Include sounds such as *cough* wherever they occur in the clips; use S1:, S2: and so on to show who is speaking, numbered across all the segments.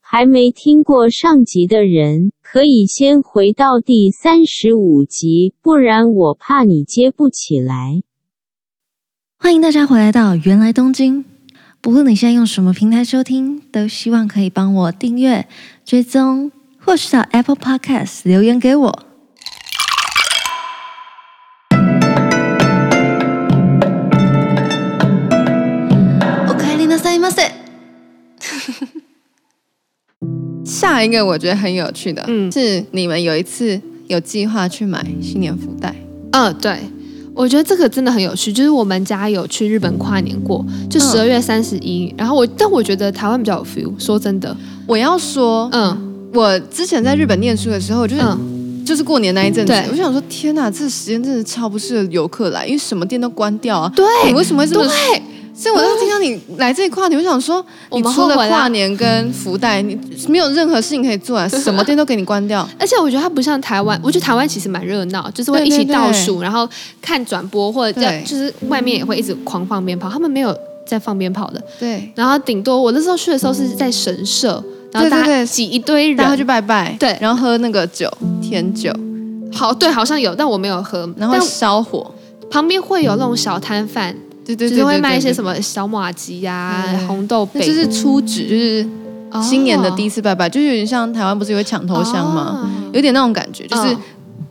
S1: 还没听过上集的人，可以先回到第三十五集，不然我怕你接不起来。
S2: 欢迎大家回来到原来东京。不论你现在用什么平台收听，都希望可以帮我订阅、追踪，或是到 Apple Podcast 留言给我。おかえりなさいませ。
S3: 下一个我觉得很有趣的，
S4: 嗯
S3: 是你们有一次有计划去买新年福袋，
S4: 嗯，对，我觉得这个真的很有趣，就是我们家有去日本跨年过，就
S3: 嗯
S4: 十二月三十一，然后我，但我觉得台湾比较有 feel，说真的，
S3: 我要说，
S4: 嗯
S3: 我之前在日本念书的时候，就是、
S4: 嗯，
S3: 就是过年那一阵子
S4: 对，
S3: 我想说，天哪，这时间真的超不适合游客来，因为什么店都关掉啊。
S4: 对
S3: 你为什么会这么？
S4: 对，
S3: 所以我当时听到你来这里跨年，我想说，
S4: 我
S3: 你
S4: 们
S3: 除
S4: 后
S3: 了
S4: 悔啦
S3: 跨年跟福袋，你没有任何事情可以做啊，什么店都给你关掉。
S4: 而且我觉得它不像台湾，我觉得台湾其实蛮热闹，就是会
S3: 对
S4: 一起
S3: 对对
S4: 倒数，然后看转播或者
S3: 对
S4: 就是外面也会一直狂放鞭炮，他们没有在放鞭炮的，
S3: 对，
S4: 然后顶多我那时候去的时候是在神社，然后
S3: 对对
S4: 大家
S3: 对
S4: 挤一堆
S3: 大家去
S4: 人，
S3: 拜拜，
S4: 对
S3: 然后喝那个酒，甜酒，
S4: 好对，好像有，但我没有喝，
S3: 然
S4: 但
S3: 后烧火，
S4: 旁边会有那种小摊贩。
S3: 对对对，
S4: 就是会卖一些
S3: 么。
S4: 什么小马吉呀、
S3: 对
S4: 红豆
S3: 那
S4: 饼，
S3: 就是初值，就是
S4: 嗯哦
S3: 新年的第一次拜拜，就是有点像台湾不是有个抢头香吗？
S4: 哦
S3: 有点那种感觉，就是
S4: 嗯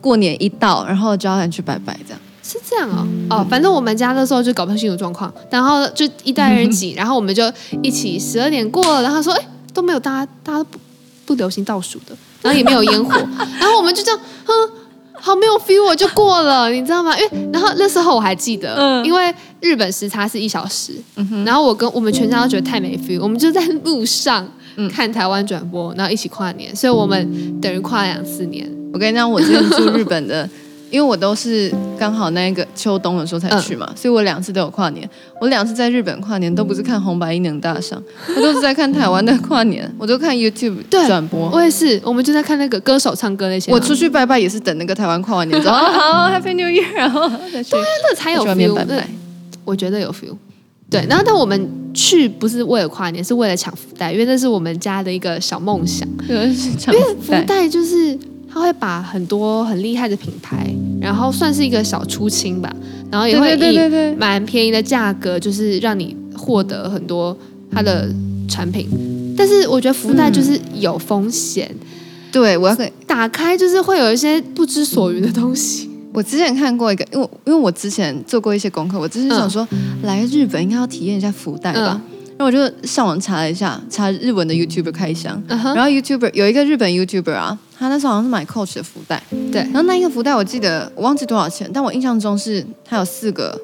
S3: 过年一到，然后就要人去拜拜这样。
S4: 是这样哦。哦，反正我们家那时候就搞不清楚状况，然后就一代人
S3: 嗯
S4: 挤，然后我们就一起十二点过了，然后说哎都没有，大家大家都不不流行倒数的，然后也没有烟火， *laughs* 然后我们就这样，哼。好没有 feel，我就过了，你知道吗？因为然后那时候我还记得，
S3: 嗯
S4: 因为日本时差是一小时，然后我跟我们全家都觉得太没 feel，我们就在路上
S3: 嗯
S4: 看台湾转播，然后一起跨年，所以我们等于跨两次年。
S3: 我跟你讲，我之前住日本的， *laughs* 因为我都是刚好那个秋冬的时候才去
S4: 嗯
S3: 嘛，所以我两次都有跨年。我两次在日本跨年都不是看红白英能大赏，我都是在看台湾的跨
S4: *laughs*
S3: 年，我都看 YouTube
S4: 对
S3: 转播。
S4: 我也是，我们就在看那个歌手唱歌那些嘛。
S3: 哦
S4: 啊
S3: 我出去拜拜也是等那个台湾跨完年之
S4: *laughs*
S3: 后，啊好 Happy New Year，然后再去
S4: 那才有
S3: 去外面
S4: feel，
S3: 拜
S4: 那
S3: 拜。
S4: 我觉得有 feel。对，然后但我们去不是为了跨年，是为了抢福袋，因为那是我们家的一个小梦想。
S3: 就是抢
S4: 啊因为福
S3: 福袋
S4: 袋就是它会把很多很厉害的品牌，然后算是一个小出清吧，然后也会
S3: 对对对对
S4: 以
S3: 对
S4: 蛮便宜的价格，就是让你获得很多它的产品。但是我觉得福袋就是有风险，
S3: 对，嗯我要跟
S4: 打开就是会有一些不知所云的东西。
S3: 我之前看过一个，因为我因为我之前做过一些功课，我只是想
S4: 嗯
S3: 说、来日本应该要体验一下福袋吧。然后我就上网查了一下，查日文的 YouTuber 开箱，
S4: 嗯哼
S3: 然后 YouTuber 有一个日本 YouTuber 啊，他那时候好像是买 Coach 的福袋，
S4: 对
S3: 然后那一个福袋我记得我忘记多少钱，但我印象中是它有四个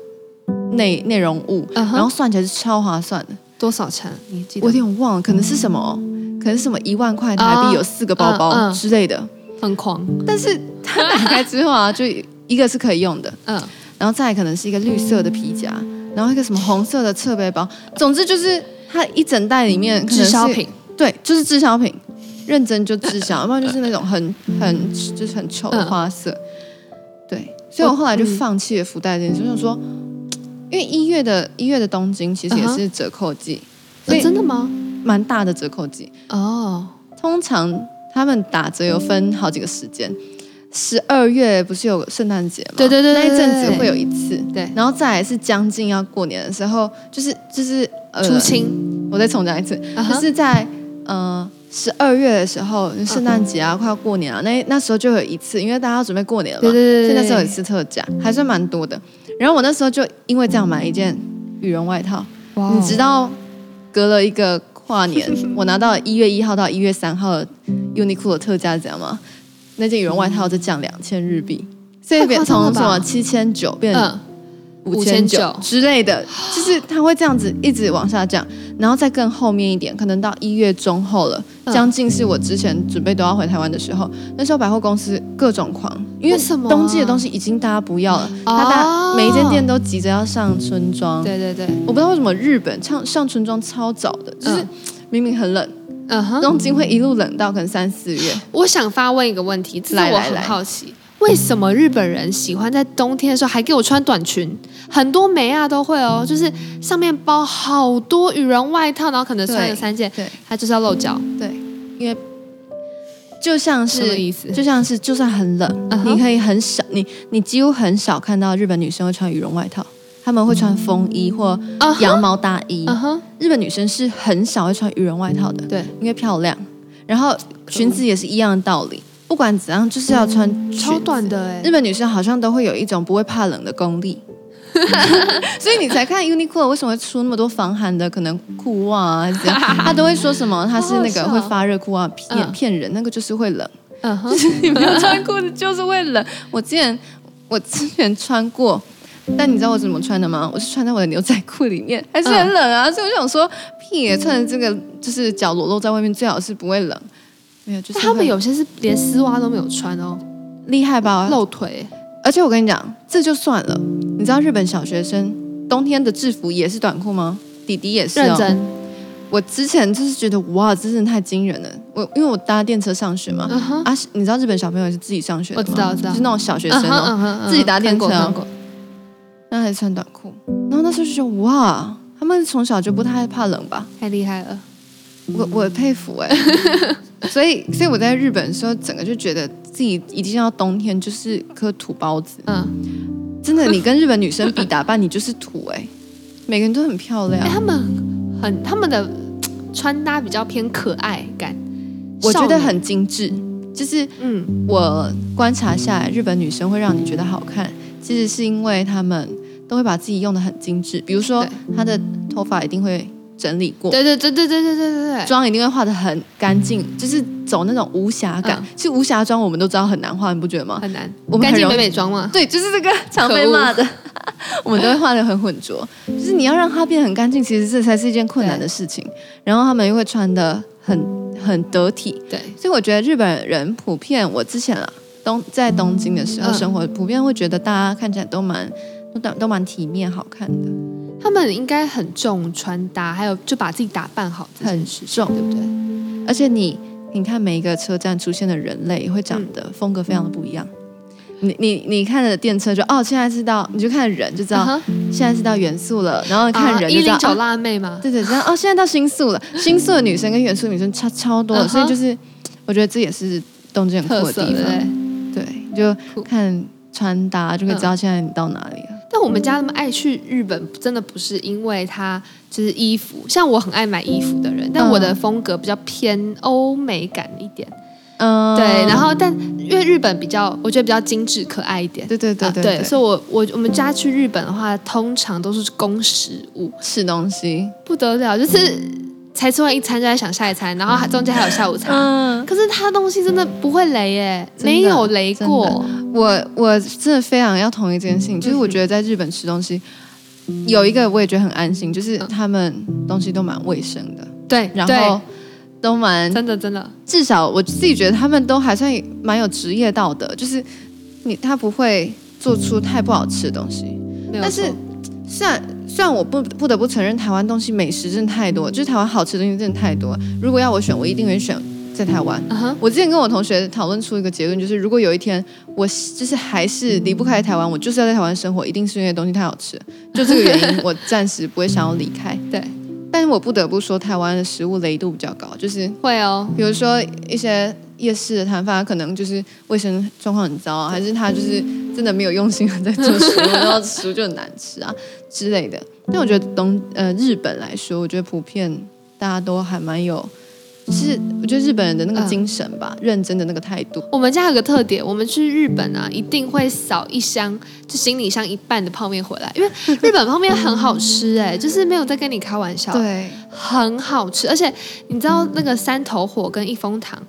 S3: 内内容物，
S4: 嗯哼
S3: 然后算起来是超划算的，
S4: 多少钱？你记得
S3: 我
S4: 吗？
S3: 有点忘了，可能是什么，哦可能是什么一万块台
S4: 哦
S3: 币有四个包
S4: 嗯
S3: 包
S4: 嗯
S3: 之类的，
S4: 很狂。
S3: 但是它打开之后啊，就一个是可以用的。
S4: 嗯，
S3: 然后再来可能是一个绿色的皮夹，然后一个什么红色的侧背包，总之就是它一整袋里面可能
S4: 嗯滞
S3: 是
S4: 销，品。
S3: 对，就是滞销品，认真就滞
S4: *laughs*
S3: 销，要不然就是那种很很就是很丑的花色，对，所以我后来就放弃了福袋这件事，就是说，因为一月的一月的东京其实也是折扣季，所
S4: 哦
S3: 以
S4: 真的吗？
S3: 蛮大的折扣季，
S4: 哦，
S3: 通常他们打折有分好几个时间。十二月不是有圣诞节吗？
S4: 对对对对
S3: 那一阵子
S4: 对
S3: 会有一次。
S4: 对，
S3: 然后再来是将近要过年的时候，就是就是呃，
S4: 出清，
S3: 我再重讲一次，
S4: 啊哈
S3: 就是在呃十二月的时候，圣诞节啊，快要过年啊，那那时候就有一次，因为大家要准备过年了嘛，
S4: 对对对对
S3: 所以那时候有一次特价，还算蛮多的。然后我那时候就因为这样买一件羽绒外套，
S4: 哇
S3: 你知道，隔了一个跨
S4: *laughs*
S3: 年，我拿到一月一号到一月三号的 Uniqlo 的特价是怎样吗？那件羽绒外套就降两千日币，所以
S4: 太
S3: 变
S4: 夸张了
S3: 从
S4: 吧
S3: 什么七千九变成
S4: 嗯，
S3: 五千九
S4: 5900
S3: 之类
S4: *gasps*
S3: 的，就是它会这样子一直往下降，然后再更后面一点，可能到一月中后了，
S4: 嗯
S3: 将近是我之前准备都要回台湾的时候，那时候百货公司各种狂，因
S4: 为什么啊
S3: 冬季的东西已经大家不要了，
S4: 哦
S3: 它大每一间店都急着要上春装。
S4: 对对对，
S3: 我不知道为什么日本上上春装超早的，就是
S4: 嗯
S3: 明明很冷，
S4: 嗯哼。
S3: 东京会一路冷到可能三四月，
S4: 我想发问一个问题，这是
S3: 来
S4: 我
S3: 来
S4: 很
S3: 来
S4: 好奇，为什么日本人喜欢在冬天的时候还给我穿短裙？很多美亚都会哦，就是上面包好多羽绒外套，然后可能穿了
S3: 对
S4: 三件，
S3: 对
S4: 他就是要露脚。
S3: 对，因为就像
S4: 什么
S3: 是
S4: 意思？
S3: 就像是就算很冷
S4: 嗯哼
S3: 你可以很少，你你几乎很少看到日本女生会穿羽绒外套，她们会穿风衣或
S4: 啊哈
S3: 羊毛大衣。
S4: 啊哈，
S3: 日本女生是很少会穿羽绒外套的，
S4: 对，
S3: 因为漂亮。然后裙子也是一样的道理，不管怎样就是要穿裙子
S4: 超短的哎、
S3: 日本女生好像都会有一种不会怕冷的功 *laughs* 力，所以你才看 Uniqlo 为什么会出那么多防寒的可能裤袜啊，还是怎样，他都会说什么它是那个
S4: 好好
S3: 会
S4: 笑
S3: 发热裤袜，骗
S4: 嗯
S3: 骗人，那个就是会冷，
S4: 嗯哼，
S3: 你没有穿裤子就是会冷。我之前我之前穿过。但你知道我怎么穿的吗？我是穿在我的牛仔裤里面，还是很冷啊。所以我就想说，屁也穿着这个，就是脚裸露在外面，最好是不会冷。没有，就是
S4: *laughs* 但他们
S3: 会
S4: 有些是连丝袜都没有穿哦，
S3: 厉害吧？
S4: 露腿
S3: 而且我跟你讲，这就算了。你知道日本小学生冬天的制服也是短裤吗？弟弟也是、哦。
S4: 认。真，
S3: 我之前就是觉得哇，真是太惊人了。我因为我搭电车上学嘛，
S4: 嗯哼，
S3: 啊，你知道日本小朋友也是自己上学的吗
S4: 我知道我知道
S3: 就是那种小学
S4: 嗯
S3: 生
S4: 哼
S3: 哦，
S4: 嗯哼嗯哼
S3: 自己搭电车哦
S4: 看过看过
S3: 那还穿短裤。然后那时候就觉得哇，他们从小就不太怕冷吧？
S4: 太厉害了，
S3: 我我佩服哎、
S4: *laughs*
S3: 所以所以我在日本的时候，整个就觉得自己一定要冬天就是颗土包子。
S4: 嗯，
S3: 真的，你跟日本女生比打扮，你就是土
S4: *laughs*
S3: 哎、每个人都很漂亮
S4: 哎、。他们很他们的穿搭比较偏可爱感，
S3: 我觉得
S4: 少女
S3: 很精致，就是
S4: 嗯
S3: 我观察下来，日本女生会让你觉得好看，其实是因为她们都会把自己用的很精致，比如说
S4: 对
S3: 她的头发一定会整理过。
S4: 对对对对对对对对对，
S3: 妆一定会画的很干净，就是走那种无瑕感。
S4: 嗯
S3: 其实无瑕妆我们都知道很难画，你不觉得吗？
S4: 很难
S3: 我，们
S4: 干
S3: 很
S4: 净
S3: 容
S4: 美
S3: 易
S4: 美妆嘛，
S3: 对，就是这个常被骂的，我们都会画的很浑浊。就是你要让它变得很干净，其实这才是一件困难的事情。然后他们又会穿的很很得体，
S4: 对，
S3: 所以我觉得日本人普遍，我之前啊东在东京的时候
S4: 嗯
S3: 生活，普遍会觉得大家看起来都蛮都蛮都蛮体面好看的，
S4: 他们应该很重穿搭，还有就把自己打扮好，
S3: 很
S4: 对
S3: 重。
S4: 不对？
S3: 而且你你看每一个车站出现的人类，也会长得风格非常的不一样。你你你看着电车就哦，现在是到你就看人就知道、
S4: 啊哈
S3: 现在是到元素了，然后看人
S4: 一
S3: 就知道
S4: 零九
S3: 啊
S4: 辣妹嘛，
S3: 对对，这样哦，现在到新
S4: *laughs*
S3: 宿了，新宿的女生跟元素的女生差超多了
S4: 嗯哼
S3: 所以就是我觉得这也是东京很
S4: 特
S3: 酷的
S4: 色
S3: 地
S4: 对不对
S3: 方，？对，就
S4: 酷
S3: 看穿搭就可以知道现在你到哪里了。
S4: 但我们家那么爱去日本，真的不是因为它就是衣服，像我很爱买衣服的人，但
S3: 嗯
S4: 我的风格比较偏欧美感一点，
S3: 嗯，
S4: 对。然后，但因为日本比较，我觉得比较精致可爱一点，
S3: 对对对
S4: 啊
S3: 对
S4: 对所以我我我们家去日本的话，通常都是供食物，
S3: 吃东西，
S4: 不得了，就是才吃完一餐就在想下一餐，然后还中间还有下午茶。
S3: 嗯，
S4: 可是它东西真的不会雷耶，
S3: 真的
S4: 没有雷过，
S3: 我我真的非常要同意这件事
S4: 嗯
S3: 情，就是我觉得在日本吃东西。有一个我也觉得很安心，就是
S4: 嗯
S3: 他们东西都蛮卫生的，
S4: 对，
S3: 然
S4: 对
S3: 后都蛮
S4: 真的真的，
S3: 至少我自己觉得他们都还算蛮有职业道德，就是你他不会做出太不好吃的东西。
S4: 没有
S3: 但是
S4: 错
S3: 虽然虽然我不不得不承认，台湾东西美食真的太多，就是台湾好吃的东西真的太多。如果要我选，我一定会选在台湾。
S4: 嗯哼，
S3: 我之前跟我同学讨论出一个结论，就是如果有一天我就是还是离不开台湾，我就是要在台湾生活，一定是因为东西太好吃。就这个原因，我暂时不会想要离开。
S4: 对，
S3: 但是我不得不说，台湾的食物雷度比较高，就是
S4: 会哦，
S3: 比如说一些夜市的摊贩，可能就是卫生状况很糟啊，还是他就是真的没有用心的在做食物，然后食物就很难吃啊之类的。但我觉得东呃日本来说，我觉得普遍大家都还蛮有，就是我觉得日本人的那个精神吧，
S4: 嗯
S3: 认真的那个态度。
S4: 我们家有个特点，我们去日本啊，一定会扫一箱，就行李箱一半的泡面回来，因为日本泡面很好吃哎、就是没有在跟你开玩笑，，
S3: 对，
S4: 很好吃，而且你知道那个三头火跟一风堂、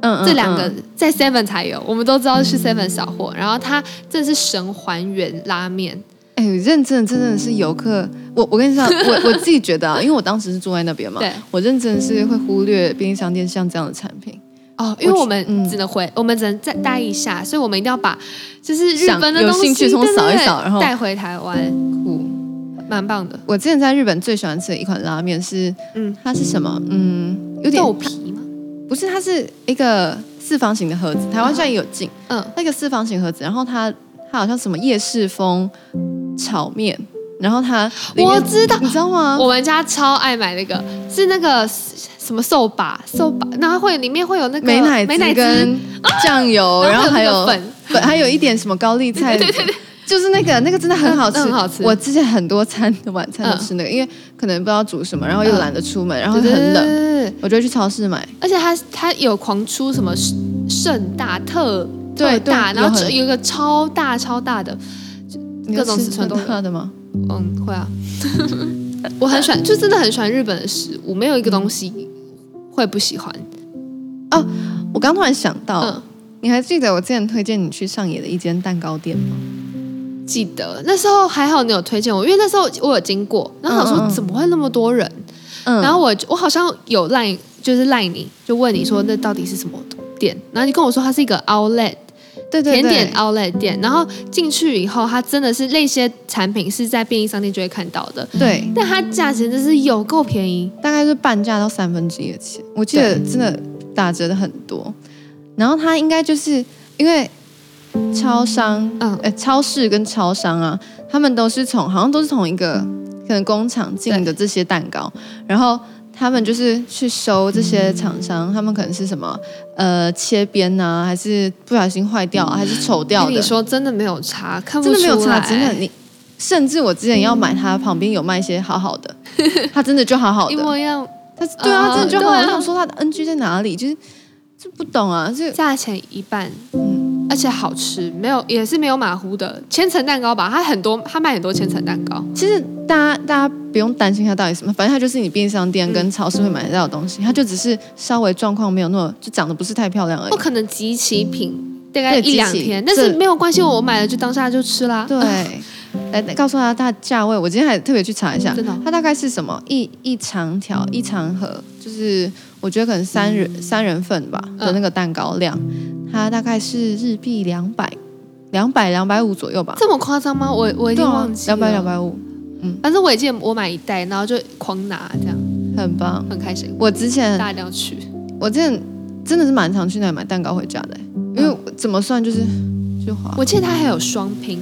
S3: 嗯，嗯
S4: 这两个
S3: 嗯
S4: 在 Seven 才有，我们都知道是 Seven 扫货，然后它真的是神还原拉面，
S3: 哎、认真的真的是游客，我我跟你讲，啊我我自己觉得啊，因为我当时是住在那边嘛
S4: 对，
S3: 我认真的是会忽略便利商店像这样的产品。
S4: 哦，因为
S3: 我觉
S4: 我们
S3: 嗯
S4: 只能回，我们只能再待一下，所以我们一定要把就是日
S3: 想
S4: 本的
S3: 有
S4: 东西
S3: 兴趣从
S4: 对对
S3: 扫一
S4: 对
S3: 扫然后嗯
S4: 带回台湾，
S3: 酷，
S4: 蛮棒的。
S3: 我之前在日本最喜欢吃的一款拉面是，
S4: 嗯
S3: 它是什么？嗯，有点
S4: 豆皮吗？
S3: 不是，它是一个四方形的盒子，台湾现在也有进、
S4: 嗯，
S3: 那个四方形盒子，然后它它好像什么夜市风炒面，然后它里面
S4: 我知道，
S3: 你知道吗？
S4: 我们家超爱买那个，是那个什么寿把寿把，然后会里面会有那个
S3: 美乃
S4: 美乃
S3: 滋跟酱油，然后还有
S4: 然后还有那个粉
S3: 粉，还有一点什么高丽菜，就是那个那个真的很好吃，
S4: 嗯很好吃嗯
S3: 我之前很多餐的晚餐都吃那个，因为可能不知道煮什么，然后又懒得出门，然后很冷，
S4: 冷，
S3: 我就会去超市买。
S4: 而且它它有狂出什么盛大特
S3: 对
S4: 特
S3: 对
S4: 大，然
S3: 有
S4: 后
S3: 很
S4: 有一个超大超大的，
S3: 你
S4: 各种
S3: 吃
S4: 尺寸都有
S3: 大的吗？
S4: 嗯，会啊， *laughs* 我很喜欢，就真的很喜欢日本的食物，没有一个东西会不喜欢。
S3: 我刚突然想到，
S4: 嗯
S3: 你还记得我之前推荐你去上野的一间蛋糕店吗？
S4: 记得那时候还好你有推荐我，因为那时候我有经过，然后
S3: 嗯嗯
S4: 想说
S3: 嗯
S4: 怎么会那么多人，
S3: 嗯，
S4: 然后我我好像有赖就是赖你，就问你说那到底是什么店，然后你跟我说它是一个 outlet
S3: 对对对，
S4: 甜点哦 outlet 店，然后进去以后它真的是那些产品是在便利商店就会看到的，
S3: 对，
S4: 但它价钱真是有够便宜，
S3: 大概是半价到三分之一的钱，我记得真的打折的很多。然后它应该就是因为超商，
S4: 嗯
S3: 呃，超市跟超商啊，他们都是从好像都是同一个可能工厂进的这些蛋糕，然后他们就是去收这些厂
S4: 嗯
S3: 商，他们可能是什么呃切边啊，还是不小心坏掉啊、还是丑掉的
S4: 跟嗯哎你，说真的没有差，看不
S3: 真
S4: 出
S3: 的没
S4: 来，嗯
S3: 有差，真的你。甚至我之前要买它，旁边有卖一些好好的，它真的就好好的，
S4: 一模一样，
S3: 他对啊，
S4: 呃
S3: 真的就好。
S4: 对啊
S3: 我想说他的 NG 在哪里，就是就不懂啊，就
S4: 价钱一半，
S3: 嗯，
S4: 而且好吃，没有也是没有马虎的千层蛋糕吧，它很多它卖很多千层蛋糕，
S3: 其实大家大家不用担心它到底什么，反正它就是你便利商店
S4: 嗯
S3: 跟超市会买得到的东西，它就只是稍微状况没有那么就长得不是太漂亮而已
S4: 不。可能集齐品，大概
S3: 对
S4: 一两
S3: 集齐
S4: 天，但
S3: 这
S4: 是没有关系，我买了就当下就吃啦。
S3: 对，啊来来告诉大家它的价位，我今天还特别去查一下，
S4: 真的哦嗯
S3: 它大概是什么一一长条一长盒，就是我觉得可能三人、三人份吧的那个蛋糕量，它大概是日币两百两百两百五左右吧，
S4: 这么夸张吗？我我已
S3: 对
S4: 经
S3: 啊
S4: 忘，记了
S3: 两百两，百五，
S4: 反正我也记得我买一袋，然后就狂拿，这样
S3: 很棒。
S4: 很开心。
S3: 我之前
S4: 大量去，
S3: 我之前真的是蛮常去那里买蛋糕回家的、因为我怎么算就是就花
S4: 嗯我记得它还有双拼，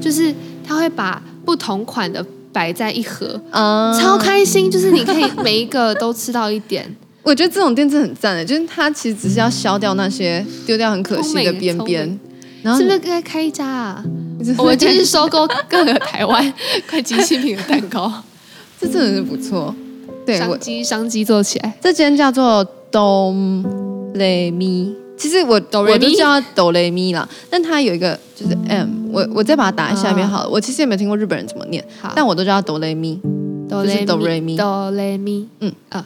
S4: 就是它会把不同款的摆在一盒，
S3: 啊
S4: 超。开心，就是你可以每一个都吃到一点，
S3: 我觉得这种店真的很赞的，就是它其实只是要消掉那些丢掉很可惜的边
S4: 聪
S3: 边
S4: 明，
S3: *laughs* 然后
S4: 是不是该开一家啊？
S3: 你真的
S4: 我们就是收购各个台湾快机器品的蛋糕，
S3: *laughs* 这真的是不错。 *laughs* 对我
S4: 商机商机做起来。
S3: 这间叫做哆雷咪，其实我
S4: 哆
S3: 我
S4: 来咪
S3: 都叫它哆雷咪啦，但它有一个就是 M，我我再把它打在
S4: 啊
S3: 下面好了。我其实也没听过日本人怎么念，
S4: 好，
S3: 但我都叫它哆雷咪。
S4: 哆
S3: 就是
S4: 来
S3: 哆来咪
S4: 哆来咪，
S3: 嗯
S4: 啊，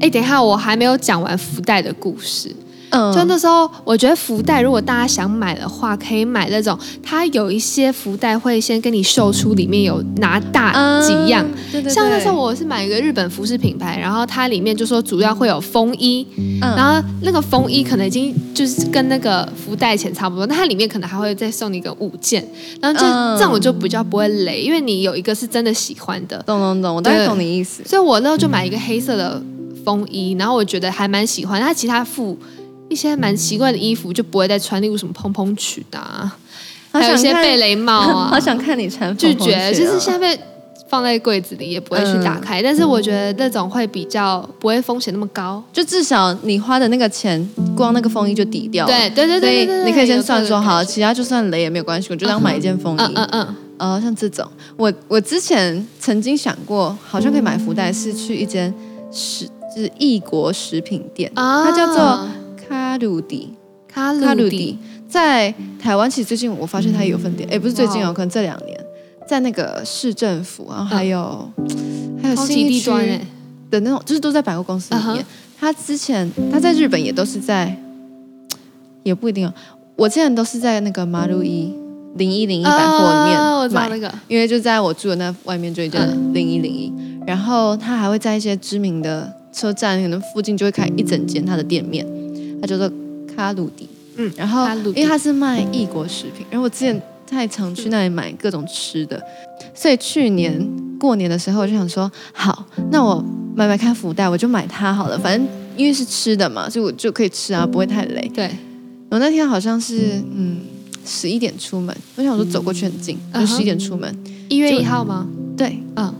S4: 哎，等一下，我还没有讲完福袋的故事。
S3: 嗯，
S4: 就那时候，我觉得福袋如果大家想买的话，可以买那种它有一些福袋会先跟你秀出里面有拿大几样，
S3: 嗯，对对对
S4: 像那时候我是买一个日本服饰品牌，然后它里面就说主要会有风衣，
S3: 嗯
S4: 然后那个风衣可能已经就是跟那个福袋钱差不多，那它里面可能还会再送你一个物件，然后就、
S3: 嗯
S4: 这种就比较不会雷，因为你有一个是真的喜欢的，
S3: 懂懂懂，我大概
S4: 对
S3: 懂你意思。
S4: 所以我那时候就买一个黑色的风衣，然后我觉得还蛮喜欢，它其他附一些蛮奇怪的衣服就不会再穿，例如什么蓬蓬裙啊，
S3: 好
S4: 还有
S3: 想
S4: 一些
S3: 看 *laughs*
S4: 贝雷帽啊，
S3: 好想看你穿
S4: 拒
S3: 粉红裙
S4: 绝，
S3: 啊嗯
S4: 就是现在被放在柜子里也不会去打开。但是我觉得那种会比较不会风险那么高。
S3: 就至少你花的那个钱，光那个风衣就抵掉了。
S4: 对对
S3: 哦
S4: 对对对
S3: 所
S4: 对
S3: 以
S4: 对
S3: 你可以先
S4: 有这
S3: 算
S4: 个
S3: 说
S4: 感
S3: 好，
S4: 觉
S3: 其他就算雷也没有关系，我就当买一件风衣。
S4: 嗯嗯嗯，
S3: 呃，像这种，我我之前曾经想过，好像可以买福袋，是去一间食就是异国食品店，嗯
S4: 啊
S3: 它叫做卡鲁迪。
S4: 卡
S3: 卡
S4: 路
S3: 鲁
S4: 迪
S3: 迪，在台湾，其实最近我发现它也有分店，也不是最近
S4: 哇
S3: 哦，
S4: 哦嗯
S3: 可能这两年，在那个市政府，然后还有、还有
S4: 超
S3: 新
S4: 级
S3: 一
S4: 低
S3: 区
S4: 端哎，
S3: 的那种，就是都在百货公司里
S4: 嗯
S3: 面
S4: 哼。
S3: 他之前他在日本也都是在，也不一定哦。我之前都是在那个马路一零一零一百货里面买，哦
S4: 啊我知道那个
S3: 因为就在我住的那外面就有一间零一零一，然后他还会在一些知名的车站可能附近就会开一整间他的店面，他叫做卡鲁迪，
S4: 嗯，
S3: 然后
S4: 卡鲁迪
S3: 因为他是卖异国食品，然后我之前太常去那里买各种吃的，所以去年过年的时候我就想说，好，那我买买看福袋，我就买它好了，反正因为是吃的嘛，所以我就可以吃啊，不会太累。
S4: 对，
S3: 我那天好像是嗯十一点出门，我想说走过去很近，我就
S4: 嗯哼
S3: 十一点出门。
S4: 一月一号吗？
S3: 对，
S4: 嗯，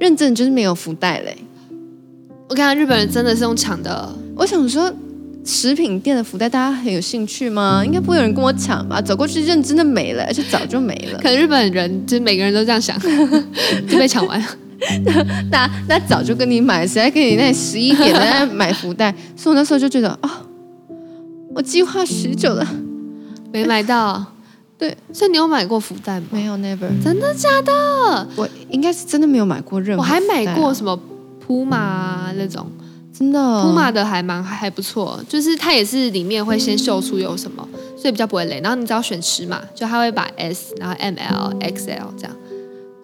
S3: 认真就是没有福袋嘞。
S4: 我看日本人真的是用抢的，
S3: 我想说，食品店的福袋大家很有兴趣吗？应该不会有人跟我抢吧？走过去认真的没了，而且早就没了
S4: 可。能日本人就是每个人都这
S3: *laughs*
S4: 样想，就被抢完了。
S3: 那那早就跟你买，谁还跟你那十一点在那 *laughs* 买福袋？所以我那时候就觉得啊、我计划许久了，
S4: 没买到。
S3: 对，
S4: 所以你有买过福袋吗？
S3: 没有 never，
S4: 真的假的？
S3: 我应该是真的没有买过任何
S4: 我
S3: 福袋啊、
S4: 还买过什么普马啊那种，
S3: 真的哦
S4: 普马的还蛮还还不错，就是它也是里面会先秀出有什么，所以比较不会累。然后你只要选尺码，就它会把 S，然后 M L X L 这样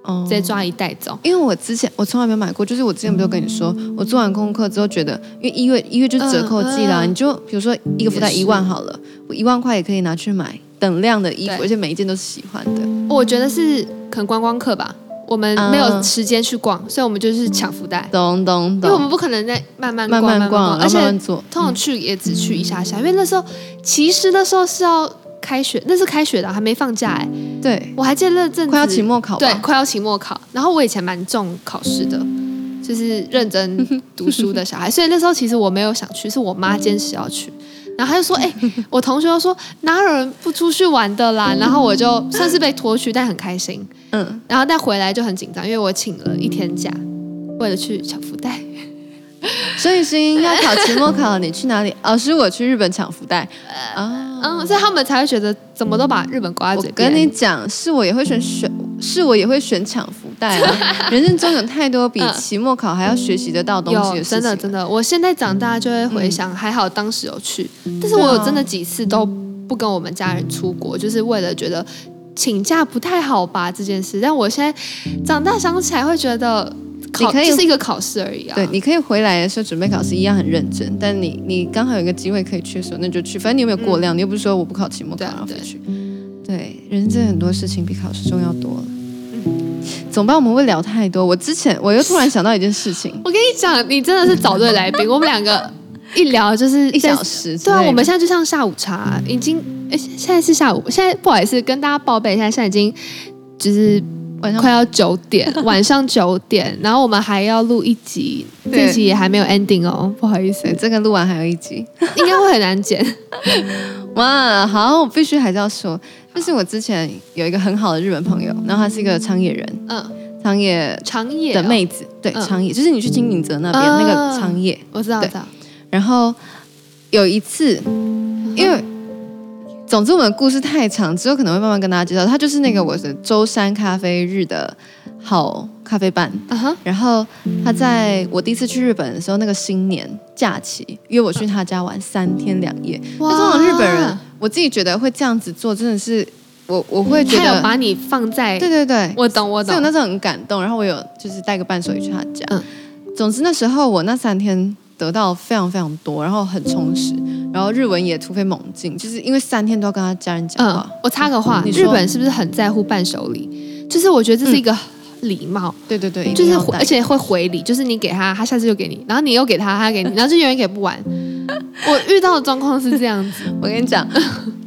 S3: 哦
S4: 直接抓一袋走。
S3: 因为我之前我从来没有买过，就是我之前不就跟你说，我做完功课之后觉得，因为一月一月就是折扣季啦，
S4: 嗯嗯嗯
S3: 你就比如说一个福袋
S4: 也是
S3: 一万好了，我一万块也可以拿去买等量的衣服，
S4: 对
S3: 而且每一件都是喜欢的。
S4: 哦我觉得是可能观光客吧，我们没有
S3: 嗯
S4: 时间去逛，所以我们就是抢福袋，
S3: 懂懂
S4: 因为我们
S3: 懂，
S4: 不可能在慢慢
S3: 慢
S4: 逛
S3: 慢
S4: 逛，
S3: 逛，
S4: 而
S3: 然后
S4: 且
S3: 慢慢做。
S4: 通常去也只去一下下，因为那时候其实那时候是要开学，那是开学的，还没放假哎。
S3: 对，
S4: 我还记得那阵子
S3: 快要期，末考
S4: 对，
S3: 吧？
S4: 快要期末考。然后我以前蛮重考试的，就是认真读书
S3: *laughs*
S4: 的小孩，所以那时候其实我没有想去，是我妈坚持要去。然后她就说：“哎、我同学都说哪有人不出去玩
S3: *laughs*
S4: 的啦？”然后我就算是被拖去，但很开心。
S3: 嗯，
S4: 然后但回来就很紧张，因为我请了一天假，为了去抢福袋。
S3: 所以是因要考期末考，你去哪
S4: *laughs*
S3: 里？哦，是我去日本抢福袋啊。
S4: 嗯，所以他们才会觉得怎么都把日本挂在
S3: 我
S4: 嘴边。
S3: 跟你讲，是我也会选选，是我也会选抢福袋
S4: *laughs*
S3: 啊。人生中有太多比
S4: 嗯
S3: 期末考还要学习得到东西
S4: 有
S3: 的事情嗯
S4: 真的
S3: 了，
S4: 真的，我现在长大就会回想，还好当时有去，
S3: 嗯
S4: 但是我
S3: 啊
S4: 有真的几次都不跟我们家人出国，就是为了觉得请假不太好吧这件事。但我现在长大想起来会觉得考
S3: 你可以
S4: 就是一个考试而已啊。
S3: 对，你可以回来的时候准备考试一样很认真，但你你刚好有一个机会可以去的时候，那就去。反正你有没有过量，你又不是说我不考期末考
S4: 对啊
S3: 然后回
S4: 对，
S3: 去。对，人生真的很多事情比考试重要多了。怎么办？我们会聊太多。我之前我又突然想到一件事情
S4: 我跟你讲，你真的是找对来宾，我们两个 *laughs* 一聊就是
S3: 一小
S4: 在
S3: 时之
S4: 对
S3: 类的。
S4: 啊，我们现在就像下午茶，已经哎，现在是下午，现在不好意思跟大家报备一下，现在已经就是
S3: 晚上
S4: 快要九
S3: *laughs*
S4: 点，晚上九点，然后我们还要录一集，
S3: 对
S4: 这集也还没有 ending 哦，不好意
S3: *laughs*
S4: 思
S3: 对，这个录完还有一集。
S4: 应该会很难剪。
S3: *laughs* 哇，好，我必须还是要说，就是我之前有一个很好的日本朋友，然后他是一个长野人，
S4: 嗯，
S3: 长野
S4: 长野哦
S3: 的，妹子，对，
S4: 嗯
S3: 长野就是你去金井泽那边、
S4: 啊
S3: 那个长野。
S4: 我知道，我
S3: 对
S4: 知道，
S3: 然后有一次，因为总之我们的故事太长，之后可能会慢慢跟大家介绍。他就是那个我的舟山咖啡日的好咖啡伴。
S4: 啊哈，
S3: 然后他在我第一次去日本的时候，那个新年假期约我去他家玩三天两夜。那通常日本人，我自己觉得会这样子做，真的是我我会觉
S4: 他有
S3: 得，
S4: 把你放在，
S3: 对对对，
S4: 我懂，我
S3: 所以我
S4: 懂，
S3: 那时候很感动，然后我有就是带个伴手礼去他家。
S4: 嗯
S3: 总之那时候我那三天得到非常非常多，然后很充实，然后日文也突飞猛进，就是因为三天都要跟他家人讲
S4: 嗯
S3: 话。，
S4: 我插个话，
S3: 哦你
S4: 日
S3: 说
S4: 本是不是很在乎伴手礼？就是我觉得这是一个礼貌。
S3: 对对对，
S4: 就是
S3: 回
S4: 回，而且会回礼，就是你给他，他下次就给你，然后你又给他，他给你，然后就永远给不
S3: *laughs*
S4: 完。我遇到的状况是这样子，
S3: 我跟你讲，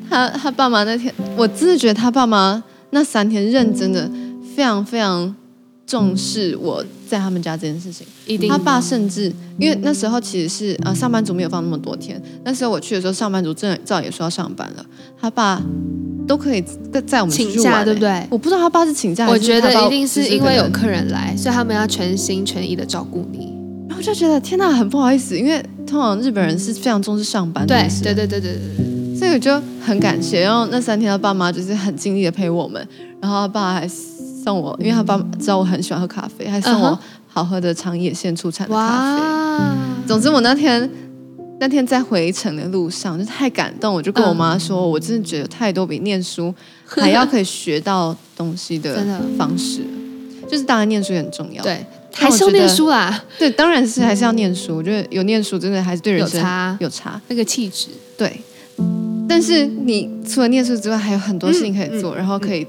S3: 他他爸妈那天，我真的觉得他爸妈那三天认真的非常非常重视我在他们家这件事情。
S4: *laughs* 一定
S3: 他爸甚至因为那时候其实是呃上班族没有放那么多天，那时候我去的时候上班族正照也说要上班了，他爸都可以在在我们
S4: 请
S3: 出去玩
S4: 假，
S3: 欸
S4: 对不？对？
S3: 我不知道他爸是请假，
S4: 我觉得一定
S3: 是他
S4: 是
S3: 爸
S4: 因为
S3: 就
S4: 有
S3: 是可
S4: 客人来，所以他们要全心全意的照顾你。
S3: 能然后我就觉得天哪，很不好意思，因为通常日本人是非常重视上班的，
S4: 对
S3: 是
S4: 对对对对对，
S3: 所以我就很感谢。然后那三天，他爸妈就是很尽力的陪我们，然后他爸还送我，因为他爸知道我很喜欢喝咖啡，还送
S4: 嗯
S3: 我
S4: 哼
S3: 好喝的长野县出产的咖啡。
S4: 哇，嗯
S3: 总之，我那天那天在回程的路上，就太感动，我就跟我妈说，我真的觉得太多比念书还要可以学到东西的
S4: *laughs* 真的
S3: 方式，就是当然念书也很重要。
S4: 对，
S3: 但
S4: 还
S3: 我
S4: 是要
S3: 觉得
S4: 念书啊啦，
S3: 对，当然是还是要念书。我觉得有念书真的还是对人
S4: 有
S3: 生
S4: 差
S3: 有差。
S4: 那个气质。
S3: 对，但是你除了念书之外，还有很多事情可
S4: 嗯
S3: 以做，然后可以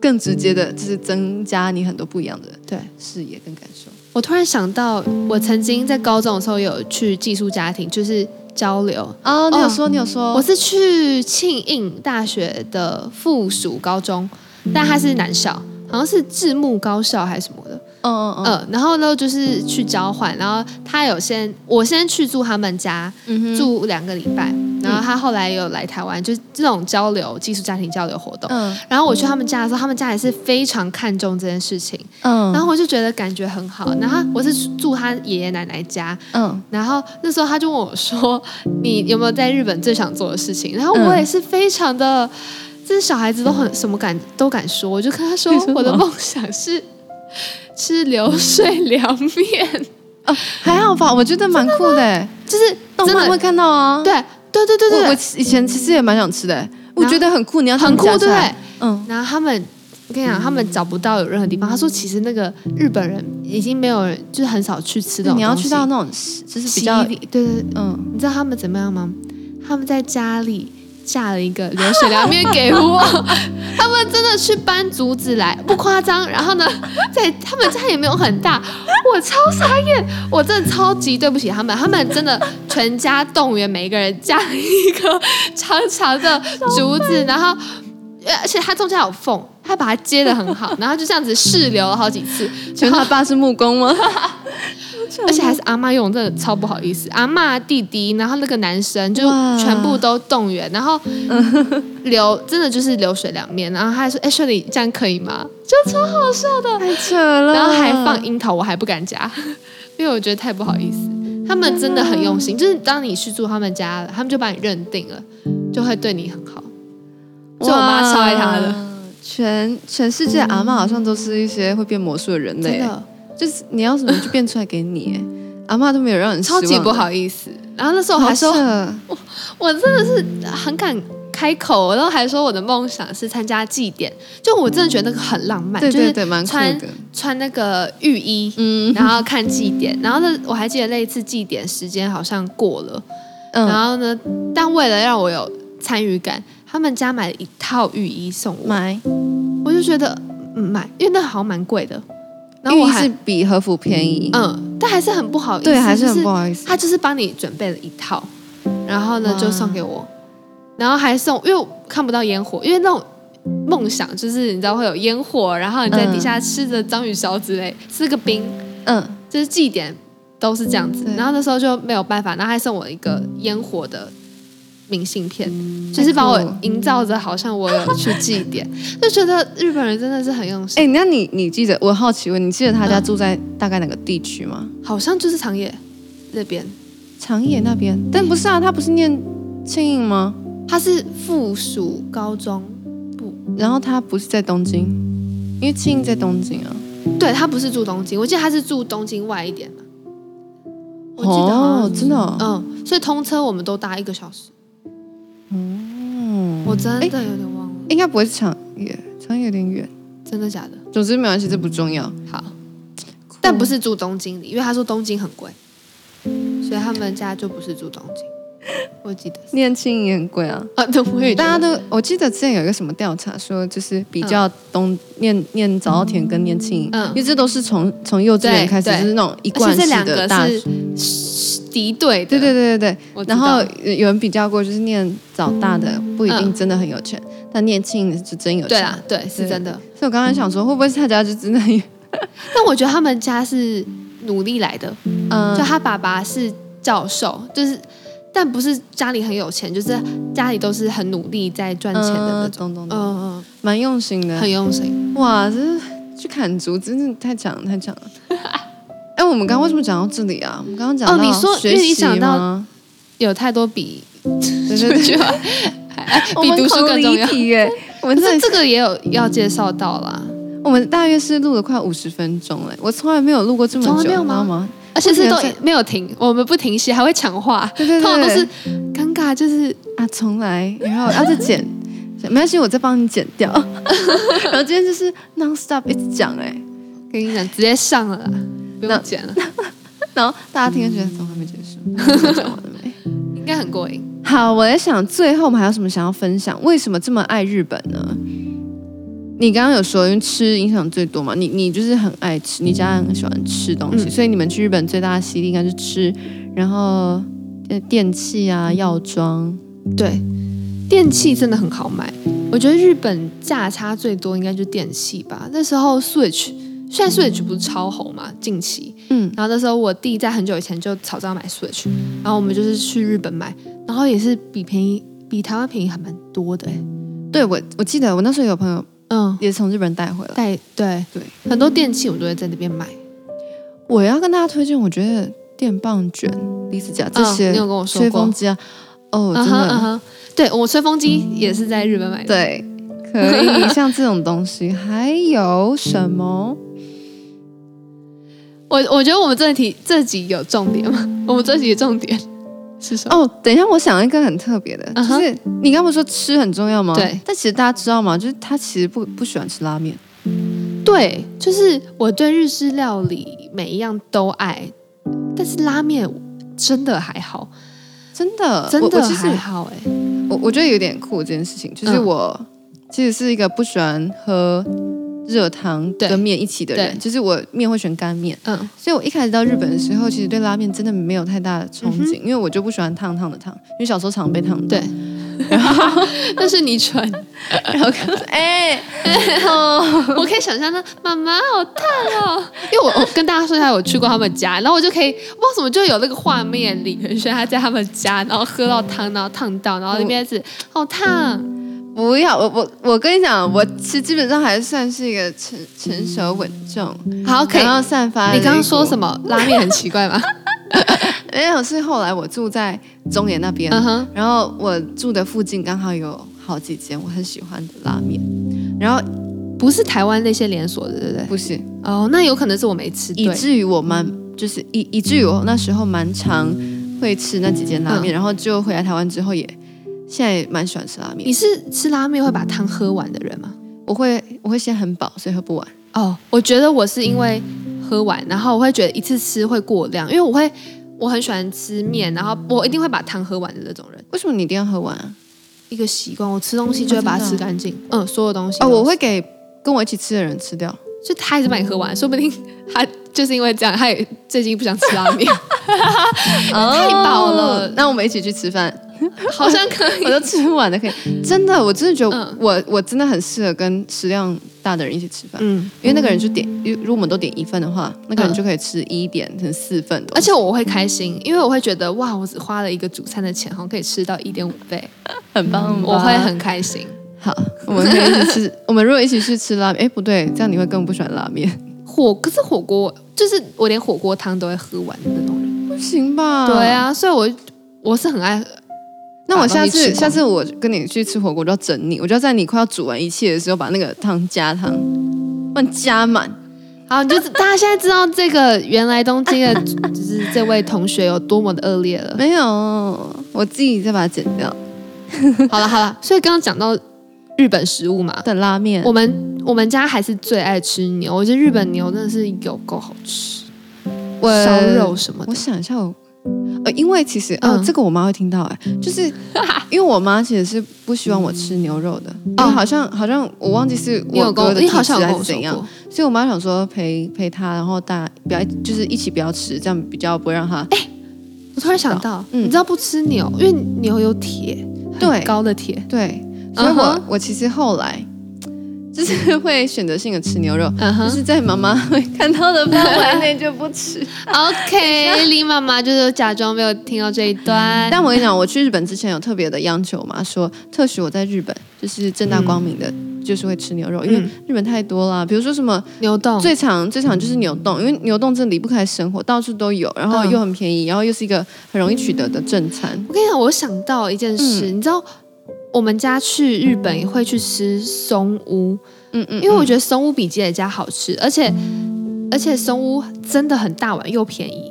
S3: 更直接的，就是增加你很多不一样的
S4: 对
S3: 视野跟感受。
S4: 我突然想到，我曾经在高中的时候有去寄宿家庭，就是交流。
S3: 哦，你有
S4: 哦
S3: 说，你有说，
S4: 我是去庆应大学的附属高中，但它是男校，好像是智木高校还是什么的。
S3: 嗯嗯嗯，
S4: 呃，然后呢就是去交换，然后他有先我先去住他们家，
S3: 嗯哼，
S4: 住两个礼拜，然后他后来有来台湾，就是这种交流寄宿家庭交流活动。
S3: 嗯
S4: 然后我去他们家的时候，他们家也是非常看重这件事情，
S3: 嗯，
S4: 然后我就觉得感觉很好。然后我是住他爷爷奶奶家，
S3: 嗯
S4: 然后那时候他就问我说：“你有没有在日本最想做的事情？”然后我
S3: 嗯
S4: 也是非常的，这小孩子都很什么敢都敢说，我就跟他说
S3: 你说什：“么
S4: 我的梦想
S3: *laughs*
S4: 是吃流水凉面。
S3: 哦，还好吧，我觉得蛮酷的，”
S4: 就是
S3: 动
S4: 真
S3: 漫
S4: 的
S3: 会看到啊，
S4: 对对对对
S3: 我我
S4: 对，
S3: 以前其实也蛮想吃的，我觉得很酷，你要这
S4: 很
S3: 样
S4: 酷，
S3: 夹
S4: 对不
S3: 出来
S4: 对？
S3: 嗯，
S4: 然后他们，我跟你讲，他们找不到有任何地方。他说，其实那个日本人已经没有人，就是很少去吃这种
S3: 你要
S4: 东西
S3: 去到那种就是比
S4: 西
S3: 较，
S4: 里对对对，
S3: 嗯，
S4: 你知道他们怎么样吗？他们在家里架了一个流水凉面给我， *laughs* 他们真的去搬竹子来，不夸张。然后呢，在他们家也没有很大，我超傻眼，我真的超级对不起他们，他们真的全家动员每一个人架了一个长长的竹子，然后。呃而且它中间还有缝，他把它接的很好，然后就这样子试流了好几次，
S3: 请问他爸是木工吗？
S4: *laughs* 而且还是阿妈用，真的超不好意思。阿妈、弟弟，然后那个男生就
S3: 哇
S4: 全部都动员，然 *laughs* 后流真的就是流水两面。然后他还说：“哎、秀丽，这样可以吗？”就超好笑的，
S3: 太扯了，
S4: 然后还放樱桃，我还不敢夹， *laughs* 因为我觉得太不好意思。他们真的很用心，就是当你去住他们家了，他们就把你认定了，就会对你很好。所以我妈超爱他的，
S3: 哇。全全世界的阿妈好像都是一些会变魔术的人
S4: 真
S3: 类，
S4: 的
S3: 就是你要什么就变出来给你， *laughs* 阿妈都没有让人失
S4: 超
S3: 望
S4: 级不好意思。然后那时候
S3: 我
S4: 我还说
S3: 说，
S4: 我真的是很敢开口，然后还说我的梦想是参加祭典，就我真的觉得那个很浪漫，
S3: 嗯对对
S4: 就
S3: 对，
S4: 是
S3: 蛮酷
S4: 穿
S3: 的，
S4: 穿那个浴衣，
S3: 嗯
S4: 然后看祭典，然后呢，我还记得那一次祭典时间好像过了，然
S3: 嗯，
S4: 后呢，但为了让我有参与感，他们家买了一套浴衣送我，
S3: 买
S4: 我就觉得、嗯、买，因为那好像蛮贵的，然后
S3: 浴
S4: 我
S3: 衣
S4: 还
S3: 是比和服便宜，
S4: 嗯，但还是很不好意思，
S3: 对，还是
S4: 就
S3: 很不好意思，
S4: 他就是帮你准备了一套，然后呢
S3: 哇
S4: 就送给我，然后还送，因为我看不到烟火，因为那种梦想就是你知道会有烟火，然后你在
S3: 嗯
S4: 底下吃着章鱼烧之类，吃个冰，
S3: 嗯，
S4: 就是祭典都是这样子
S3: 对。
S4: 然后那时候就没有办法，然后还送我一个烟火的明信片，就是把我
S3: 太酷了
S4: 营造着好像我有去祭典，就觉得日本人真的是很用心，
S3: 哎，那你你记得我好奇问，你记得他家住在大概哪个地区吗？
S4: 好像就是长野那边，
S3: 长野那边，但不是啊，他不是念庆应吗？
S4: 它是附属高中。
S3: 然后他不是在东京，因为庆应在东京啊。
S4: 对他不是住东京，我记得他是住东京外一点的。我记得好
S3: 哦
S4: 像，
S3: 真的、哦，
S4: 嗯，所以通车我们都搭一个小时。
S3: 嗯，
S4: 我真的
S3: 诶
S4: 有点忘了，
S3: 应该不会是长野，长野有点远。
S4: 真的假的？
S3: 总之没关系，这不重要。
S4: 好，但不是住东京里，因为他说东京很贵，所以他们家就不是住东京。我记得是
S3: 念庆应也很贵啊。
S4: 啊，对，我也觉得
S3: 大家都，我记得之前有一个什么调查说，就是比较东、念念早稻田跟念庆应，
S4: 嗯
S3: 因为这都是从从幼稚园
S4: 对
S3: 开始，
S4: 对
S3: 就是那种一
S4: 而
S3: 贯
S4: 且这
S3: 式
S4: 两
S3: 的
S4: 个
S3: 大
S4: 是
S3: 学。
S4: 是敌对的，
S3: 对对对对对，
S4: 我知
S3: 然
S4: 道
S3: 后有有人比较过，就是念早大的不一定
S4: 嗯
S3: 真的很有钱，但念庆应是真有
S4: 对
S3: 钱。
S4: 啊啦，对是真的。
S3: 所以我刚刚想说，会不会是他家就真的有？
S4: 但我觉得他们家是努力来的，
S3: 嗯
S4: 就他爸爸是教授，就是但不是家里很有钱，就是家里都是很努力在赚钱的那
S3: 嗯
S4: 种。
S3: 懂懂懂，
S4: 嗯嗯
S3: 蛮用心的
S4: 嗯，。很用心。
S3: 哇，这是去砍竹子真的太强了，太强了。
S4: *laughs*
S3: 哎，我们刚刚为什么讲到这里啊？我们刚刚讲到
S4: 哦你说
S3: 学
S4: 因为
S3: 习
S4: 你想到
S3: 吗
S4: 有太多比
S3: *laughs* 对对对，
S4: 就比读书更重要。
S3: 耶。我们
S4: *laughs* 可
S3: 这
S4: 是这个也有要介绍到啦，
S3: 我们大约是录了快五十分钟哎，我从来没有录过这么
S4: 从
S3: 久，
S4: 来
S3: 你
S4: 没有
S3: 知道
S4: 吗
S3: 吗？
S4: 而且是
S3: 我
S4: 都
S3: 觉得
S4: 没有停，我们不停歇，还会抢话，
S3: 对对对
S4: 通常都是尴尬，就是
S3: 啊，重来，然后要再剪，没关系，我再帮你剪掉。 *laughs* 然后今天就是 non stop 一直讲哎，
S4: 跟你讲直接上了啦，不
S3: 那
S4: 用剪了，
S3: 然后大家听就觉得怎么还没结束？ *laughs* 讲完了没？
S4: 应该很过瘾。
S3: 好，我在想，最后我们还有什么想要分享？为什么这么爱日本呢？你刚刚有说，因为吃影响最多嘛，你你就是很爱吃，你家人很喜欢吃东西，
S4: 嗯
S3: 所以你们去日本最大的吸力应该是吃，然后呃电器啊、药妆，
S4: 对，电器真的很好买。我觉得日本价差最多应该就是电器吧。那时候 Switch，虽然 Switch 不是超红嘛，近期，
S3: 嗯，
S4: 然后那时候我弟在很久以前就吵着要买 Switch，然后我们就是去日本买，然后也是比便宜比台湾便宜还蛮多的、欸、
S3: 对我我记得我那时候有朋友
S4: 嗯，
S3: 也是从日本带回来，
S4: 带对
S3: 对，
S4: 很多电器我都会在那边买。
S3: 我要跟大家推荐，我觉得电棒卷、离子夹这些、
S4: 嗯你有跟我说过
S3: 吹风机啊，哦，真
S4: 嗯
S3: 的
S4: 哼嗯哼，对我吹风机也是在日本买的。
S3: 对，可以像这种东西，还有什么？
S4: 我我觉得我们这题这集有重点吗？我们这集的重点是什么？
S3: 哦，等一下，我想一个很特别的，就
S4: 嗯嗯哼
S3: 是你刚不是说吃很重要吗？
S4: 对
S3: 但其实大家知道吗？就是他其实不不喜欢吃拉面，
S4: 对，就是我对日式料理每一样都爱，但是拉面真的还好，
S3: 真的，
S4: 真
S3: 呃我我
S4: 的
S3: 其实
S4: 还好哎、
S3: 我我觉得有点酷这件事情，就是
S4: 嗯
S3: 我、其实是一个不喜欢喝热汤
S4: 对
S3: 跟面一起的人，
S4: 对
S3: 就是我面会选干面。
S4: 嗯
S3: 所以我一开始到日本的时候，其实对拉面真的没有太大的憧憬，因为我就不喜欢烫烫的汤，因为小时候常被烫到。 *laughs*
S4: 对， *laughs* 但是你蠢，
S3: 然后 *laughs* 看哎，哦，
S4: 我可以想象那妈妈好烫哦，因为我我跟大家说一下，我去过他们家，然后我就可以，我不知道怎么就有那个画面，李元轩他在他们家，然后喝到汤，然后烫到，然后那边是好烫，
S3: 不要，我我我跟你讲，我其实基本上还算是一个成成熟稳重，
S4: 好可以
S3: 然。后散发。
S4: 你刚刚说什
S3: 么？
S4: 么？拉面很奇
S3: *laughs*
S4: 怪吗？
S3: 没有，是后来我住在中野那边，
S4: 嗯哼，
S3: 然后我住的附近刚好有好几间我很喜欢的拉面，然后
S4: 不是台湾那些连锁的，对不对？
S3: 不是，
S4: 哦，那有可能是我没吃
S3: 以
S4: 对。
S3: 至于我蛮就是以以至于我那时候蛮常会吃那几间拉面，然后就回来台湾之后也现在也蛮喜欢吃拉
S4: 你
S3: 面。
S4: 是吃拉面会把汤喝完的人吗？
S3: 我会我会先很饱，所以喝不完。
S4: 哦，我觉得我是因为喝完，然后我会觉得一次吃会过量，因为我会我很喜欢吃面，然后我一定会把汤喝完的那种人，
S3: 为什么你一定要喝完啊？
S4: 一个习惯。我吃东西就会把它吃干净，嗯，所有东西
S3: 哦，
S4: 都
S3: 我会给跟我一起吃的人吃掉。
S4: 就他还是把你喝完，说不定他就是因为这样，他也最近不想吃拉 *laughs* 面，太饱了
S3: 哦那我们一起去吃饭， *laughs*
S4: 好像可
S3: 我
S4: 以。
S3: 都吃不完的可以。真的，我真的觉得
S4: 嗯
S3: 我、我真的很适合跟食量大的人一起吃饭。
S4: 嗯，
S3: 因为那个人就点，如如果我们都点一份的话，那个人
S4: 嗯
S3: 就可以吃一点成四份的。
S4: 而且我会开心，因为我会觉得哇，我只花了一个主餐的钱，好像可以吃到一点五倍，
S3: 很棒吧
S4: 我会很开心。
S3: 好，我们可以一起吃。 *laughs* 我们如果一起去吃拉面，哎，不对，这样你会更不喜欢拉面，
S4: 火可是火锅，就是我连火锅汤都会喝完的那种人。
S3: 不行吧？
S4: *laughs* 对。啊，所以我我是很爱，
S3: 那我下
S4: 把东西
S3: 次
S4: 吃光
S3: 下次我跟你去吃火锅，我就要整你，我就要在你快要煮完一切的时候，把那个汤加汤，把你加满。
S4: 好，你就大家现在知 *laughs* 道这个原来东京的，
S3: *laughs*
S4: 就是这位同学有多么的恶劣了。
S3: 没有，我自己再把它剪掉。
S4: 好了好了，所以刚刚讲到日本食物嘛，
S3: 的拉面
S4: 我，们我们家还是最爱吃牛，我觉得日本牛真的是有够好吃，
S3: 我
S4: 烧肉什么的
S3: 我。想一下我，呃，因为其实哦，
S4: 嗯
S3: 这个我妈会听到哎、就是 *laughs* 因为我妈其实是不希望我吃牛肉的，因为好像好像我忘记是
S4: 你有
S3: 我
S4: 跟
S3: 哥
S4: 我，
S3: 的
S4: 你
S3: 体
S4: 好
S3: 质
S4: 像有跟
S3: 还
S4: 我
S3: 是
S4: 说
S3: 怎样
S4: 过，，
S3: 所以我妈想说陪陪她，然后大不要就是一起不要吃，这样比较不会让她
S4: 我突然想到，
S3: 嗯
S4: 你知道不吃牛，因为牛有铁，很
S3: 对
S4: 高的铁，
S3: 对，所以我、
S4: 嗯哼
S3: 我其实后来就是会选择性的吃牛肉。
S4: 嗯哼
S3: 就。是在妈妈会看到的范围内就不
S4: *laughs*
S3: 吃。
S4: OK，李妈妈就是假装没有听到这一段。
S3: 但我跟你讲，我去日本之前有特别的央求嘛，说特许我在日本就是正大光明的，就是会吃牛肉，因为
S4: 嗯哦
S3: 日本太多啦。比如说什么
S4: 牛洞，
S3: 最常最常就是牛洞，因为牛洞真的离不开生活，到处都有，然后
S4: 嗯
S3: 又很便宜，然后又是一个很容易取得的正餐。
S4: 我跟你讲，我想到一件事，你知道我们家去日本也会去吃松屋，
S3: 嗯嗯，
S4: 因为我
S3: 嗯
S4: 觉得松屋比吉野家好吃，而且而且松屋真的很大碗又便宜，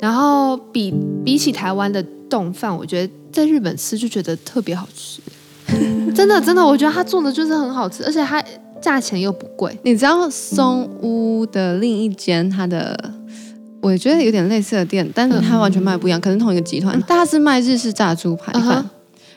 S4: 然后比比起台湾的冻饭，我觉得在日本吃就觉得特别好 *laughs* 吃，真的真的，我觉得他做的就是很好吃，而且它价钱又不贵。
S3: 你知道松屋的另一间它的。我觉得有点类似的店，但是它完全卖不一样，可能同一个集团。但它是卖日式炸猪排
S4: 嗯
S3: 饭
S4: 哼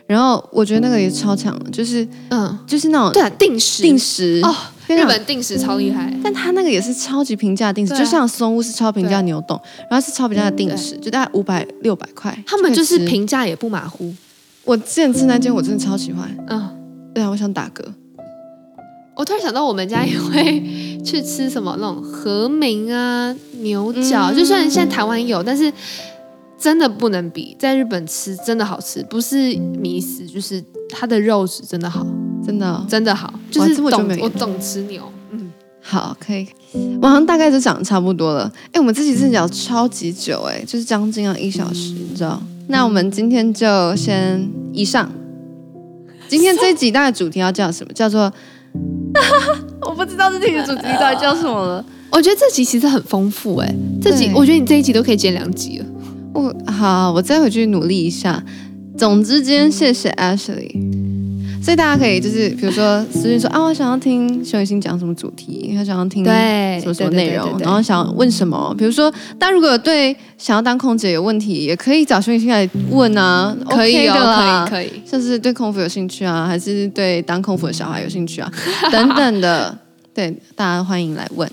S3: 然后我觉得那个也超强的，就是
S4: 嗯，
S3: 就是那种
S4: 对啊，定时
S3: 定时
S4: 哦，
S3: 非
S4: 日
S3: 常
S4: 本定时超厉害，
S3: 但它那个也是超级平价定时，
S4: 对啊啊嗯
S3: 就像松屋是超平价牛丼，然后是超平价定时，就大概五百六百块。
S4: 他们就是
S3: 可以吃。
S4: 评价也不马虎，
S3: 我之前吃那间我真的超喜欢，
S4: 嗯。
S3: 对啊，我想打嗝。
S4: 我突然想到，我们家也会去吃什么那种和民啊、牛角，
S3: 嗯
S4: 就虽然现在台湾有，但是真的不能比在日本吃，真的好吃，不是迷思，就是它的肉质真的好，
S3: 真的哦、
S4: 真的好，就
S3: 哇
S4: 是
S3: 这我就
S4: 懂
S3: 没有
S4: 我懂吃牛，嗯，
S3: 好，可以，我好像大概就讲得差不多了。哎，我们这集真的聊超级久、哎，就是将近要一小时，你知道？那我们今天就先以上。今天这一集大概主题要叫什么？叫做 *laughs* 我不知道这集的主题到底叫什么了。
S4: 我觉得这集其实很丰富哎、这集
S3: 对
S4: 我觉得你这一集都可以剪两集了，
S3: *laughs* 我好，我再回去努力一下。总之，今天谢谢 Ashley。所以大家可以就是，比如说私信说啊，我想要听熊雨欣讲什么主题，他想要听
S4: 对
S3: 什么什
S4: 哎对
S3: 么
S4: 对
S3: 内
S4: 对
S3: 容
S4: 对，嗯对
S3: 然后想问什么，比如说大家如果有对想要当空姐有问题，也可以找熊雨欣来问啊，
S4: 可
S3: OK
S4: 以
S3: 的啦
S4: 哦，可以可以，
S3: 像是对空服有兴趣啊，还是对当空服的小孩有兴趣
S4: *laughs*
S3: 啊，等等的，对大家欢迎来问。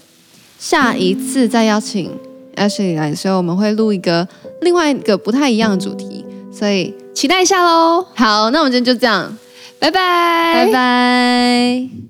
S3: 下一次再邀请 Ashley 来的时候，我们会录一个另外一个不太一样的主题，所以
S4: 期待一下喽，
S3: 好，那我们今天就这样，
S4: 拜拜，
S3: 拜拜